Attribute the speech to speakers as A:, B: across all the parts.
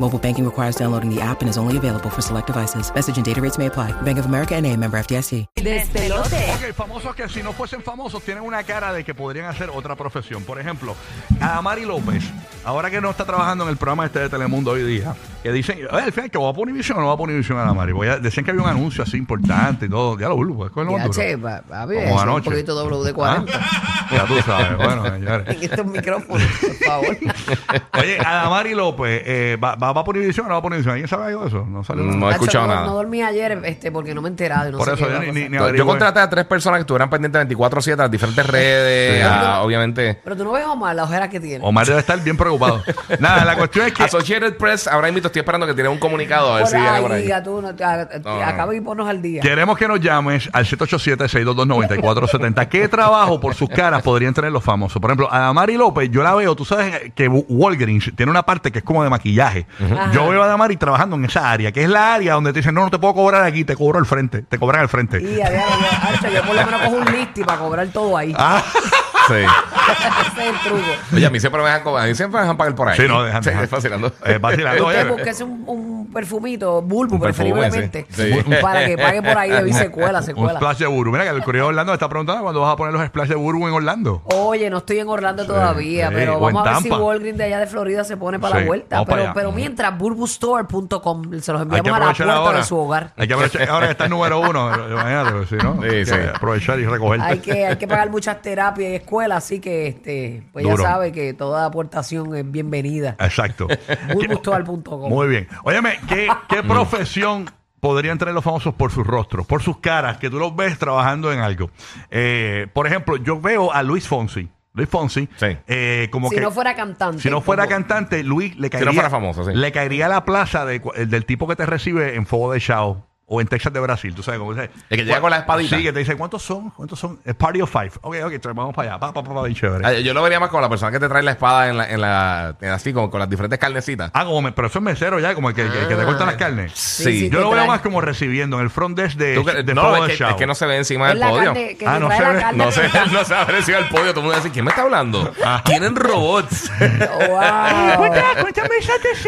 A: Mobile banking requires downloading the app and is only available for select devices. Message and data rates may apply. Bank of America and a member FDIC.
B: Despelote.
C: Ok, famosos que si no fuesen famosos tienen una cara de que podrían hacer otra profesión. Por ejemplo, Adamari López, ahora que no está trabajando en el programa este de Telemundo hoy día, que dicen, "Eh, al final que va a Punivision o no va a Punivision Adamari. Voy a, decían que había un anuncio así importante y todo. Ya lo vuelvo, pues, cogerlo más
B: Ya,
C: duro.
B: che, pa- papi,
C: Como
B: eso es un
C: anoche.
B: poquito WD-40.
C: Ah, Ya tú sabes, bueno, señores.
B: En estos micrófonos, por favor.
C: Oye, Adamari López, eh, ¿va, va, va a Punivision o no va a Punivision? ¿Alguien sabe algo de eso? No sale
D: No he
B: Hacho,
D: escuchado
B: Ah, no,
D: nada.
B: No dormí ayer este, porque no me he enterado. y No
C: Por
B: sé
C: eso
B: qué
C: yo
B: va a
C: ni,
B: pasar.
C: ni, ni
D: Yo- Yo
C: averigüé.
D: contraté a tres personas que estuvieran pendientes 24-7 a las diferentes redes,
C: Sí.
D: a, obviamente.
B: Pero tú no ves, Omar, la ojera que tiene.
C: Omar debe estar bien preocupado. Nada, la cuestión es que...
D: Associated Press, ahora mismo estoy esperando que tiene un comunicado a ver
B: Por
D: si viene
B: ahí,
D: por ahí.
B: diga tú, no, te- a- te-
D: No, no.
B: acaba y ponnos al día.
C: Queremos que nos llames al 787-622-9470. ¿Qué trabajo por sus caras podrían tener los famosos? Por ejemplo, a Damari López, yo la veo, tú sabes que Walgreens tiene una parte que es como de maquillaje. Yo veo a Damari trabajando en esa área, que es la área donde te dicen, no, no te puedo cobrar aquí, te cobro al frente, te cobran al frente.
B: Y a ver, a ver, Hacho, yo por lo menos cojo un listi para cobrar todo ahí.
C: Ah,
D: Sí.
B: Ese es el truco.
D: Oye, a mí siempre me dejan, co- a mí siempre me dejan pagar por ahí.
C: sí, no, dejan.
D: Sí,
C: dejan.
D: es vacilando.
C: Eh, vacilando,
B: Usted
C: oye.
B: búsquese un, un perfumito, bulbo
D: Un perfume,
B: preferiblemente,
D: sí. Sí.
B: para que pague por ahí y secuela,
C: Un
B: secuela.
C: splash de burbu. Mira que el Correo de Orlando me está preguntando cuándo vas a poner los splash de burbu en Orlando.
B: Oye, no estoy en Orlando todavía,
C: sí,
B: pero
C: o en
B: vamos a ver si
C: Tampa.
B: Walgreens de allá de Florida se pone para
C: Sí,
B: la vuelta.
C: vamos para
B: Pero,
C: allá.
B: pero mientras, burbustore.com se los
C: Hay
B: enviamos
C: que aprovechar
B: a la puerta
C: ahora.
B: de su hogar.
C: Hay que aprovechar ahora que está el número uno. Imagínate, pues, si no,
D: Sí,
C: hay que
D: sí.
C: aprovechar y recogerte.
B: Hay que, hay que pagar muchas terapias y escuelas, así que este, pues
C: Duro.
B: ya sabe que toda aportación es bienvenida.
C: Exacto.
B: burbustore.com.
C: Muy bien. Óyeme, ¿qué, qué
D: Mm.
C: profesión podrían tener los famosos por sus rostros, por sus caras, que tú los ves trabajando en algo? Eh, por ejemplo, yo veo a Luis Fonsi. Luis Fonsi,
D: Sí.
C: eh, como
B: Si
C: que...
B: no fuera cantante.
C: Si no fuera
B: como-
C: cantante, Luis le caería,
D: no fuera famoso, sí.
C: le caería la plaza de cua- el del tipo que te recibe en Fuego de Chao o en Texas de Brasil, tú sabes cómo dice.
D: El que llega con la espadita.
C: Sí, que te dice, ¿cuántos son? ¿Cuántos son? Es Party of Five. Ok, ok, entonces vamos para allá. Pa, pa, pa, pa, bien chévere.
D: Ah, Yo lo vería más como la persona que te trae la espada en la, en la en así, como con las diferentes carnecitas.
C: Ah, como me- pero eso es mesero ya, como el que, el que- el que te
D: Ah.
C: corta las carnes.
B: Sí, sí,
C: Yo
B: te
C: lo veo
B: traen.
C: más como recibiendo en el front desk de,
D: Tú que-
C: de
D: no,
C: Fuego
D: es
C: de
D: que,
C: Chao.
D: es que no se ve encima
B: Es
D: del
B: la
D: podio.
B: carne que
C: Ah,
B: te
C: no
B: trae
C: se
B: la
C: ve.
B: carne
D: No se,
B: picante.
D: no se ha aparecido el podio. Todo el mundo dice, ¿quién me está hablando?
C: Ah.
D: Tienen robots.
B: Wow.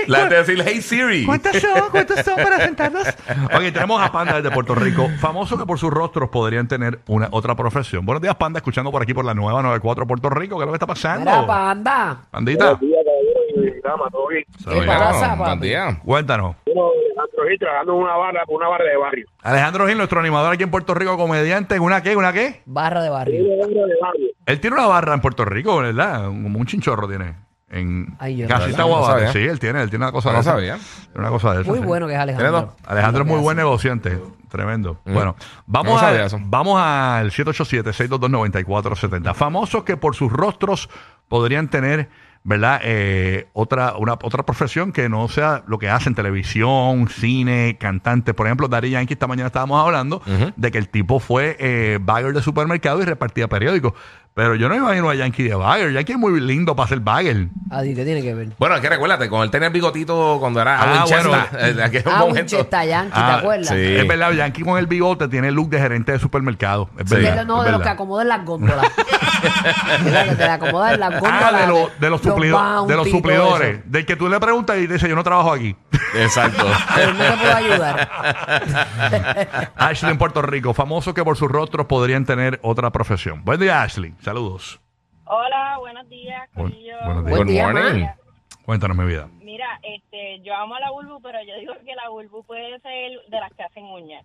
D: La de decir, hey Siri.
C: son? ¿Cuántos son para sentarnos? Ok, tenemos a Panda desde Puerto Rico, famoso que por sus rostros podrían tener una otra profesión. Buenos días, Panda, escuchando por aquí por la nueva 94 Puerto Rico. ¿Qué es lo que está
B: Mira,
C: pasando?
B: panda.
C: Pandita,
E: día, caballero y dama, todo bien.
B: ¿Qué
D: Bueno,
B: pasa,
D: buen
B: papi?
D: día.
C: cuéntanos.
E: Bueno, Alejandro Gil trabajando en una barra, una barra de barrio.
C: Alejandro Gil, nuestro animador aquí en Puerto Rico, comediante, ¿en una qué? ¿Una qué?
B: Barra de barrio.
E: Una barra de barrio.
C: Él tiene una barra en Puerto Rico, ¿verdad? Un- Como un chinchorro tiene. En
B: Ay, yo
C: Casita
D: no
C: Guabate.
D: sabía.
C: Sí, él tiene, él tiene una cosa
D: No
C: de esa.
D: sabía.
C: Tiene Una cosa de esa,
B: Muy
C: sí.
B: bueno que es
D: Tiene
B: Alejandro.
D: dos.
C: Alejandro es muy
B: Lo que
C: buen negociante. Tremendo. Bueno,
D: No
C: vamos,
D: sabía
C: a,
D: eso.
C: vamos al 787-622-9470. Famosos que por sus rostros podrían tener, ¿verdad? Eh, otra, una, otra profesión que no sea lo que hacen televisión, cine, cantantes. Por ejemplo, Dari Yankee, esta mañana estábamos hablando de que el tipo fue eh, bagger de supermercado y repartía periódicos. Pero yo no me imagino a Yankee de bagger. Yankee es muy lindo para ser bagger.
B: A ti, ¿qué tiene que ver?
D: Bueno, es que recuérdate, con él tenía el bigotito cuando era
C: Ah,
D: a Winchester.
C: bueno.
D: en aquel
B: Ah, un
D: momento.
B: cheta yankee,
C: Ah,
B: ¿te acuerdas?
D: sí.
C: Es verdad, Yankee con el bigote tiene look de gerente de supermercado. Es
D: Sí.
B: Que
C: verdad,
B: lo- no,
C: es
B: de los que
C: verdad.
B: acomodan las góndolas. Es la que te acomodan las góndolas.
C: Ah, de, lo- de los, suplido-
B: bounty,
C: de los
B: todo
C: suplidores.
B: eso.
C: Del que tú le preguntas y dice, yo no trabajo aquí.
D: Exacto.
B: Pero no te puedo ayudar.
C: Ashley en Puerto Rico, famoso que por sus rostros podrían tener otra profesión. Buen día, Ashley. Saludos.
F: Hola, buenos días,
C: Bu-
F: Corillo.
C: buenos días.
B: Buen
D: Good
B: día,
D: morning.
C: Cuéntanos mi vida.
F: Mira, este, yo amo a la Bulbu, pero yo digo que la Bulbu puede ser de las que hacen uñas.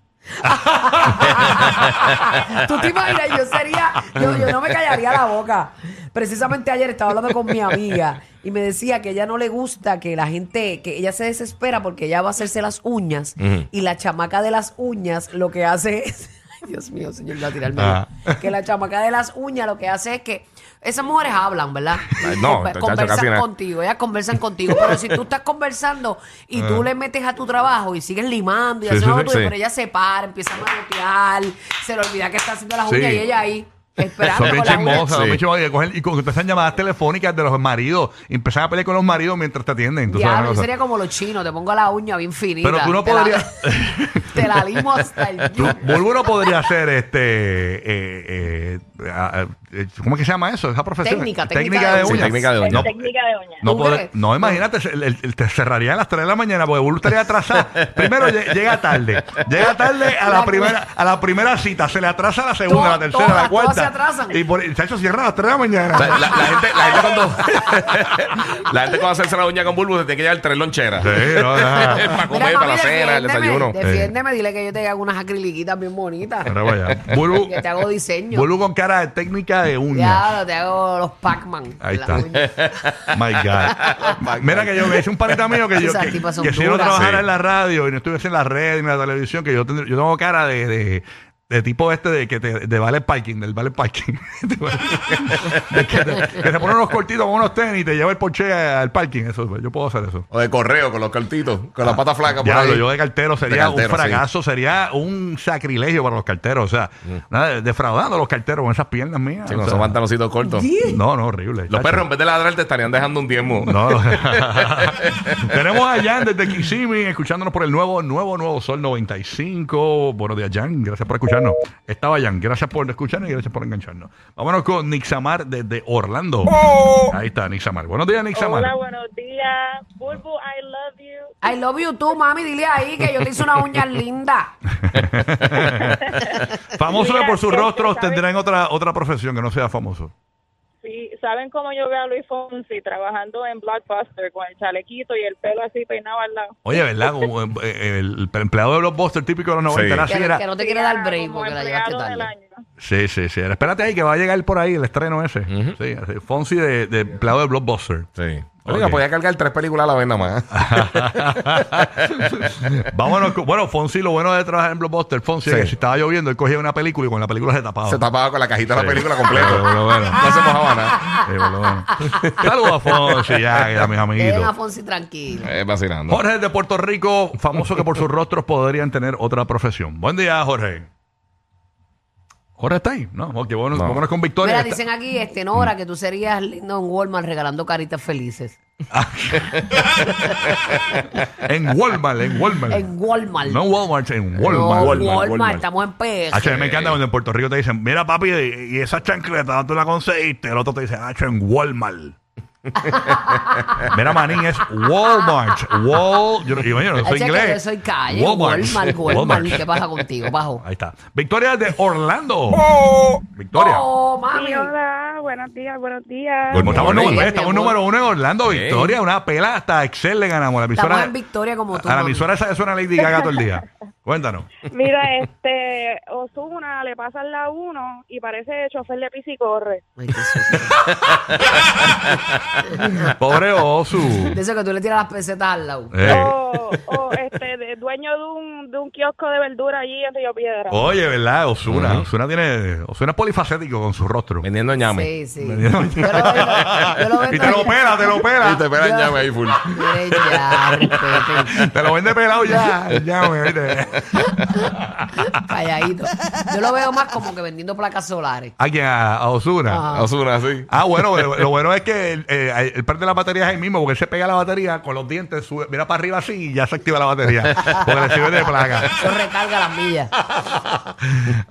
B: Tú te imaginas, yo sería, yo, yo no me callaría la boca. Precisamente ayer estaba hablando con mi amiga y me decía que ella no le gusta que la gente, que ella se desespera porque ella va a hacerse las uñas y la chamaca de las uñas lo que hace es Dios mío, señor, yo voy a tirarme.
C: Ah.
B: Que la chamaca de las uñas lo que hace es que esas mujeres hablan, ¿verdad?
D: Ay, no,
B: Conver-
D: chacho, casi
B: conversan
D: nada.
B: contigo, ellas conversan contigo. Pero si tú estás conversando y tú le metes a tu trabajo y sigues limando y
D: Ah. Sí,
B: haciendo
D: sí,
B: lo tuyo,
D: sí.
B: pero ella se para, empieza a manotear, se le olvida que está haciendo las
C: Sí.
B: uñas y ella ahí esperando
C: Son bien
B: con las uñas.
C: chismosas, son
D: Sí.
C: bien chismosas. Y, cogen- y co- empiezan llamadas telefónicas de los maridos. Y empiezan a pelear con los maridos mientras te atienden. tú sabes
B: Diablo,
C: una
B: yo
C: cosa.
B: sería como los chinos, te pongo la uña bien finita.
C: Pero tú no
B: te la-
C: podrías-
B: Te la, limo hasta el...
C: Tú- Bulbo no podría hacer este. eh, eh, a- a- eh, ¿Cómo es que se llama eso? Esa profesión.
B: Técnica, técnica
C: técnica
B: de
C: de
B: uñas.
C: uñas.
D: Sí, técnica de uñas.
C: No,
F: Técnica de uña.
C: no,
B: ¿Tú
C: podré-
B: crees?
C: no, imagínate, el- el- el- te cerraría a las 3 de la mañana porque Bulbo estaría atrasado. Primero lle- llega tarde. Llega tarde a la
B: La-
C: primera a la primera cita. Se le atrasa a la segunda, a la
B: Todas-
C: tercera, a la
B: todas- todas
C: cuarta.
B: se atrasan.
C: Y por, se ha hecho cierra a las 3 de la mañana.
D: La, la- la gente, la gente cuando la gente cuando hacerse la uña con bulbo se tiene que llevar tres loncheras.
C: Sí, no, no.
D: para comer, para la cena, el desayuno.
C: Eh.
B: Defiéndeme, dile que yo te hago unas acriliquitas bien bonitas.
C: Ahora vaya. Bulbo-
B: Que te hago diseño.
C: Bulbo con cara de técnica de uñas.
B: Diablo, te hago los Pac-Man.
C: Ahí
B: las
C: está.
B: uñas.
C: My
D: Oh,
C: God. Mira que yo me hice un panita mío que yo
B: Esas
C: que,
B: tipas son
C: que si yo no
B: duras.
C: trabajara
D: Sí.
C: en la radio y no estuviese en la red ni en la televisión, que yo, tendría- yo tengo cara de, de, de tipo este de que te de vale parking, del vale parking. De que, te, que te ponen unos cortitos con unos tenis y te lleva el Porsche al parking. Eso, pues, yo puedo hacer eso.
D: O de correo con los cartitos, con las patas flacas por
C: Diablo,
D: ahí.
C: yo de cartero sería un
D: cartero, sí.
C: fracaso, sería un sacrilegio para los carteros. O sea, nada, defraudando a los carteros con esas piernas mías.
D: Mm. Sí,
C: o
D: con
C: sea,
D: esos pantaloncitos cortos.
C: no, no, horrible.
D: Los
C: chacho.
D: perros en vez de ladrar te estarían dejando un diezmo.
C: No. Tenemos a Jan desde Kissimmee escuchándonos por el nuevo, nuevo, nuevo Sol 95. Buenos días, Jan. Gracias por escucharnos. Estaba Jan. Gracias por escucharnos y gracias por engancharnos. Vámonos con Nixamar desde Orlando. Ahí está, Nixamar. Buenos días, Nixamar.
F: Oh. Hola, buenos días. Bulbu, I love you.
B: I love you too, mami. Dile ahí que yo te hice una uña linda.
C: Famoso que
F: Mira,
C: por sus
F: este,
C: rostros
F: ¿sabes?
C: tendrán otra, otra profesión que no sea famoso.
F: Sí, ¿saben cómo yo veo a Luis Fonsi trabajando en Blockbuster con el chalequito y el pelo así peinado al lado?
C: Oye, ¿verdad? Como, eh, eh, el, empleado de Blockbuster típico de los 90
D: Sí.
C: era así,
B: Que,
C: era-
B: que no te
F: Sí,
B: quiere dar
F: ah,
B: break
F: como
B: porque la llevaste
F: empleado del
B: tarde.
F: año.
C: Sí, sí, sí. Espérate ahí que va a llegar por ahí el estreno ese. Sí, así. Fonsi de, de empleado de Blockbuster.
D: Sí. Ah.
C: Ok.
D: Oiga, podía cargar tres películas a la vez nada más.
C: Vámonos. con- Bueno, Fonsi, lo bueno de trabajar en Blockbuster, Fonsi, es
D: Sí.
C: que si estaba lloviendo, él cogía una película y con la película se tapaba.
D: Se tapaba con la cajita de
C: Sí.
D: la película completa.
C: Pero, pero, bueno.
D: No se mojaba nada.
C: Sí, por lo menos. Saludos a Fonsi, ya, y a mis
B: Dejen a
C: amiguitos.
B: Fonsi tranquilo.
D: Eh, vacilando.
C: Jorge de Puerto Rico, famoso que por sus rostros podrían tener otra profesión. Buen día, Jorge. Jorge está ahí, ¿no? Ok, bueno,
D: No.
C: vámonos con Victoria.
B: Mira,
C: que está-
B: dicen aquí, este, Nora, que tú serías lindo en Walmart regalando caritas felices.
C: En Walmart, en Walmart.
B: En Walmart.
C: Mm. No Walmart, en
B: No,
C: Walmart.
B: Walmart,
D: Walmart.
B: Estamos en peso.
C: Hacho, a mí me encanta cuando en Puerto Rico te dicen, mira papi, y y esa chancleta, ¿dónde tú la conseguiste? El otro te dice, hacho, en Walmart. mira, manín, es Walmart. Wall... Yo, no- yo, yo no soy
B: Ay, che, que
C: inglés.
B: Yo soy calle.
C: Walmart.
B: Walmart, Walmart.
C: Walmart.
B: ¿Qué pasa contigo? Bajo.
C: Ahí está. Victoria de Orlando. Victoria.
B: Oh, mami.
G: Sí, hola, buenos días, buenos días.
D: Good
C: Como estamos
D: morning.
C: número,
B: Bien,
C: estamos
B: mi amor.
C: número uno en Orlando, Victoria. Una pela hasta Excel le ganamos. a La emisora,
B: Estamos en Victoria como tú,
C: A la
B: mami.
C: emisora esa que suena Lady Gaga todo el día. Cuéntanos.
G: Mira, este, Osuna le pasa la uno y parece chofer de pis y corre.
B: Ay, qué sucio.
C: Pobre Osu.
B: De eso que tú le tiras las pesetas al lado.
C: Eh.
G: O, o, este, de- dueño de un, de un kiosco de verdura allí en Río Piedra.
C: Oye, ¿verdad? Osuna.
D: Ujú.
C: Osuna tiene. Osuna es polifacético con su rostro.
D: Vendiendo ñame.
B: Sí, sí. Yo lo vendo- yo lo
C: y
B: vendo-
C: te lo pela, te lo
D: Y
C: pela.
D: te esperan ñame ahí full.
B: Mire, ya, respeten.
C: Te lo vende pelado ya. ya güey, oíste.
B: Calladito. Yo lo veo más como que vendiendo placas solares.
C: ¿A quién? A, a Osuna.
B: Ajá.
D: Osuna, sí.
C: Ah, bueno, lo, lo bueno es que él, eh, él parte de la batería es el mismo, porque él se pega la batería con los dientes, sube, mira para arriba así y ya se activa la batería. Porque le sirve de placa.
B: Eso recarga las millas.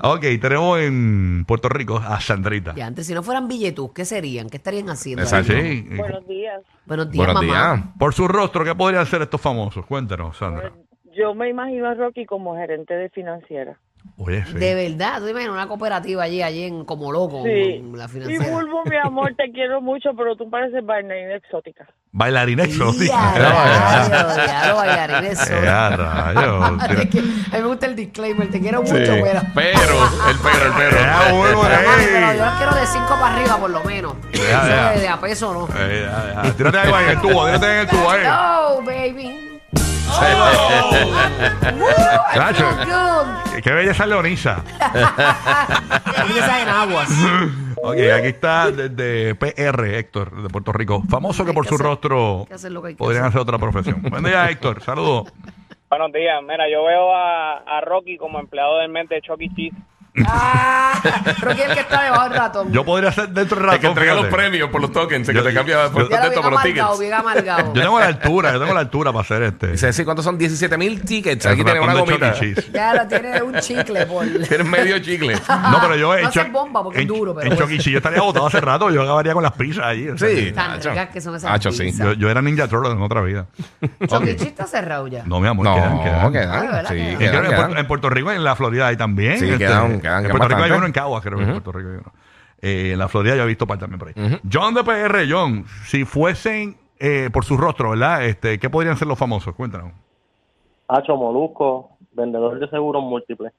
C: Ok, tenemos en Puerto Rico a Sandrita.
B: Y antes, si no fueran billetus, ¿qué serían? ¿Qué estarían haciendo?
D: Exacto.
C: Sí.
F: Buenos días.
B: Buenos días,
D: Buenos
B: mamá.
D: días.
C: Por su rostro, ¿qué podrían ser estos famosos? Cuéntanos, Sandra.
H: Yo me imagino a Rocky como gerente de financiera.
C: Oye, sí.
B: De verdad, tú dime, en una cooperativa allí, allí en como loco, en la
H: Y
B: financiera.
H: Bulbo, mi amor, te quiero mucho, pero tú pareces bailarina exótica.
C: Bailarina exótica.
B: Ya, rayos, ya lo bailarín eso.
C: Ya, rayos.
B: Te que- A mí me gusta el disclaimer, te quiero mucho, pero.
D: Pero, el pero, el pero.
C: Ya, bueno,
B: Mami, pero
C: ey.
B: yo los quiero de 5 para arriba, por lo menos.
C: Ya,
B: Eso
C: ya.
B: de, de a peso, ¿no?
C: Eh, ah, ah, Tírate algo ahí en el tubo, tírate en el tubo ahí.
B: No, baby. Oh, ¡Woo! I
C: Chacho.
B: feel good.
C: Qué belleza leonisa.
I: Empieza en aguas.
C: Ok, aquí está desde PR, Héctor, de Puerto Rico. Famoso que por su rostro
B: que hacer lo que hay que
C: podrían hacer otra profesión. Buen día, Héctor. Saludos.
E: Buenos días. Mira, yo veo a, a Rocky como empleado del mes de Chucky E. Cheese.
B: Ah, Rocky es el que está debajo del ratón.
C: Yo podría ser dentro del
D: Hay
C: ratón.
D: que entregar los
C: fíjate.
D: premios por los tokens. el
C: Yo-
D: que te cambia
C: yo-
D: por
B: ya lo
D: contento
B: bien
D: por los
B: amargado,
D: tickets.
B: bien amargado.
C: Yo tengo la altura, yo tengo la altura para hacer este.
D: Dice, sí, ¿cuántos son? 17 mil tickets. Aquí
C: el
D: tiene una
C: ratón de
D: gomita.
C: Chuck E. Cheese.
B: Ya lo tiene un chicle, por.
D: Tienes medio chicle.
C: No,
B: Ah,
C: pero yo he
B: No
C: hecho.
B: hacer bomba, porque es
C: en-
B: duro, pero
C: En
B: bueno.
C: Chuck E. Cheese yo estaría botado hace rato. Yo acabaría con las pizzas allí. o sea,
D: Sí.
B: Tan
D: Nacho.
B: ricas que son esas
D: Nacho, sí.
B: pizzas.
C: Yo, yo era Ninja Turtle en otra vida.
B: Chucky Cheese está cerrado ya.
C: No, mi amor,
D: No,
C: quedan, quedan.
D: quedan.
B: ¿verdad?
D: Sí,
B: Y
C: Y creo que
D: quedan,
C: en, Puerto,
D: quedan.
C: en Puerto Rico y en la Florida hay también. este,
D: Sí,
C: En
D: quedan, quedan, quedan
C: Puerto Rico hay
D: bastante.
C: uno en Caguas, creo que en Puerto Rico hay uno. Eh, en la Florida yo he visto par también por ahí. John de PR, John, si fuesen eh, por su rostro, ¿verdad? Este, ¿Qué podrían ser los famosos? Cuéntanos.
E: Hacho Molusco, vendedor de seguros múltiples.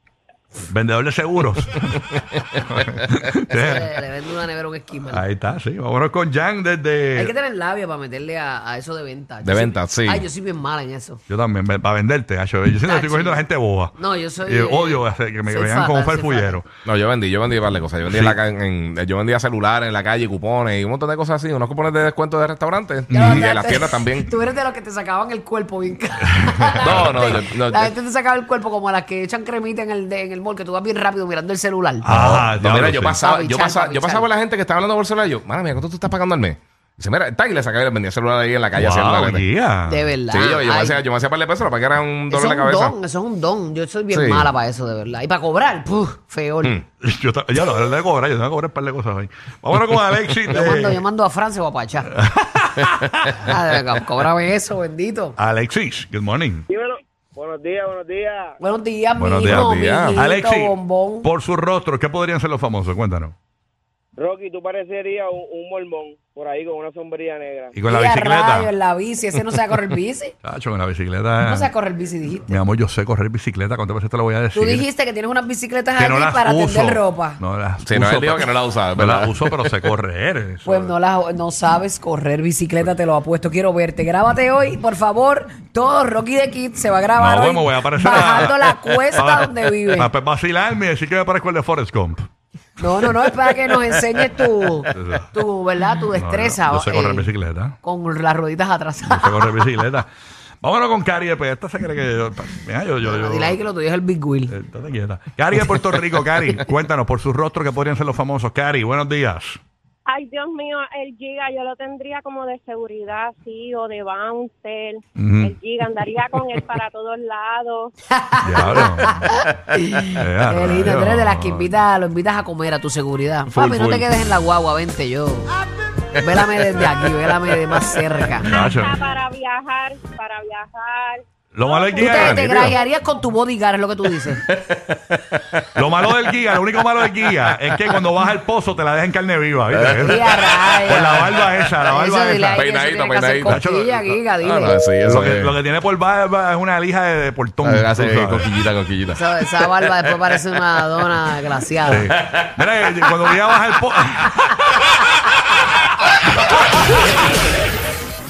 C: Vendedor de seguros.
B: Ese Eh, Le vende una nevera a un esquimal.
C: ahí está, sí. Vámonos con Jan desde...
B: Hay que tener labia para meterle a, a eso de venta.
D: eh. De
B: Yo soy-
D: venta, sí.
B: Ay, yo soy bien mala en eso.
C: Yo también, ve- para venderte, Hacho. Yo siento que estoy
B: Tacho.
C: cogiendo a la gente boba.
B: No, yo soy,
C: Y
B: eh,
C: odio hacer que me
B: soy
C: vean
B: fatal,
C: como
B: soy
C: farfullero.
D: No, yo vendí, yo vendí varias cosas. Yo vendía,
C: Sí.
D: la ca- en- yo vendía celulares en la calle, cupones y un montón de cosas así. Unos cupones de descuento de restaurantes y de las tiendas también.
B: Tú eres de los que te sacaban el cuerpo bien caro.
D: No, no,
B: La
D: yo-
B: gente-
D: no,
B: La
D: yo-
B: gente te sacaba el cuerpo como a las que echan cremita en el, de- en el mall, que tú vas bien rápido mirando el celular.
C: Ah,
D: No, mira,
C: diablo,
D: yo
C: sí.
D: pasaba,
B: Pa'
D: yo
B: bichar,
D: pasaba,
B: pa'
D: yo pasaba
B: bichar.
D: por la gente que estaba hablando por celular. Yo, mala mía, ¿cuánto tú estás pagando al mes? Dice, mira, está y le sacaba y le vendía el celular ahí en la calle. así, en la
C: Wow,
D: neta.
C: yeah.
B: de verdad.
D: Sí, yo, yo me
B: Ay,
D: hacía, yo me hacía par de pesos, para que era un
B: eso
D: dolor de
B: es un
D: cabeza.
B: don, eso es un don. Yo soy bien
D: Sí.
B: mala para eso, de verdad. Y para cobrar, puf, feor.
C: Hmm. Yo ta- ya lo le voy a cobrar, yo tengo que cobrar un par de cosas hoy. Vámonos con Alexis.
B: Yo,
C: de-
B: mando, yo mando a Francia o a Pachá. Ah, de- Cóbrame eso, bendito.
C: Alexis, good morning.
E: Dímelo. Buenos días, buenos días.
B: Buenos días,
C: Buenos
B: mi
C: días.
B: hijo,
D: Buenos días.
B: mi
C: Alexis,
B: bombón.
C: por su rostro, ¿qué podrían ser los famosos? Cuéntanos.
E: Rocky, tú parecerías un, un mormón por ahí con una sombrilla negra.
C: Y con la
B: Y a
C: bicicleta.
B: rayos, en la bici, ese no sabe correr bici.
C: Chacho, con la bicicleta.
B: No sabe correr bici, dijiste.
C: Mi amor, yo sé correr bicicleta. ¿Cuántas veces te lo voy a decir?
B: Tú dijiste que tienes unas bicicletas
C: que
B: aquí
C: no las
B: para
C: uso.
B: tender ropa.
C: No las
D: Sí, no,
C: uso,
D: él dijo
C: pero-
D: que no la usaba,
C: No las
D: ¿verdad?
C: uso, pero sé correr. eso.
B: Pues no, las- no sabes correr bicicleta, te lo apuesto. Quiero verte. Grábate hoy, por favor. Todo Rocky de Kid se va a grabar
C: No,
B: hoy.
C: pues, me voy a aparecer. a-
B: bajando la cuesta
C: para-
B: donde vive.
C: Para para vacilarme y decir que me parezco el de Forrest Gump.
B: No, no, no, es para que nos enseñes tu, tu ¿verdad? Tu destreza.
C: No, yo- yo sé correr
B: eh,
C: bicicleta.
B: Con las rueditas
C: Yo sé
B: atrasadas.
C: correr bicicleta. Vámonos con Cari de Esta se cree que yo. Mira, yo, yo, yo-
B: Dile ahí que lo tuyo es el Big Wheel.
C: Eh, estate quieta. Cari de Puerto Rico, Cari, cuéntanos por su rostro que podrían ser los famosos. Cari, buenos días.
G: Ay, Dios mío, el Giga yo lo tendría como de seguridad, sí, o de bouncer.
C: Ujú.
G: El Giga andaría con él para todos lados.
C: Diablo. Eh,
B: Qué lindo, tú eres de las que invitas, lo invitas a comer a tu seguridad.
D: Full,
B: Papi, no te
D: full.
B: quedes en la guagua, vente yo. Vélame desde aquí, vélame de más cerca.
C: Nacho,
G: Hasta para viajar, para viajar.
C: Lo malo del
B: Tú te,
C: guía.
B: te grajearías con tu bodyguard, es lo que tú dices.
C: Lo malo del guía, lo único malo del guía es que cuando vas al pozo te la dejan carne viva, ¿viste?
B: Y a rayos.
C: Con la barba esa, la
B: Eso
C: barba
B: dile
C: esa.
B: ahí, eso
D: Peinadito,
B: tiene que hacer
D: peinadito.
B: Costilla, guiga, dile.
D: Ah, no, sí, eso
C: Lo que,
D: es.
C: lo que tiene por barba es una lija de, de portón.
D: Ah,
C: tú
D: hace
C: sabes.
D: cosquillita, cosquillita.
B: Esa, esa barba después parece una dona glaciada.
C: Sí. Mira, eh, cuando ya vas al pozo.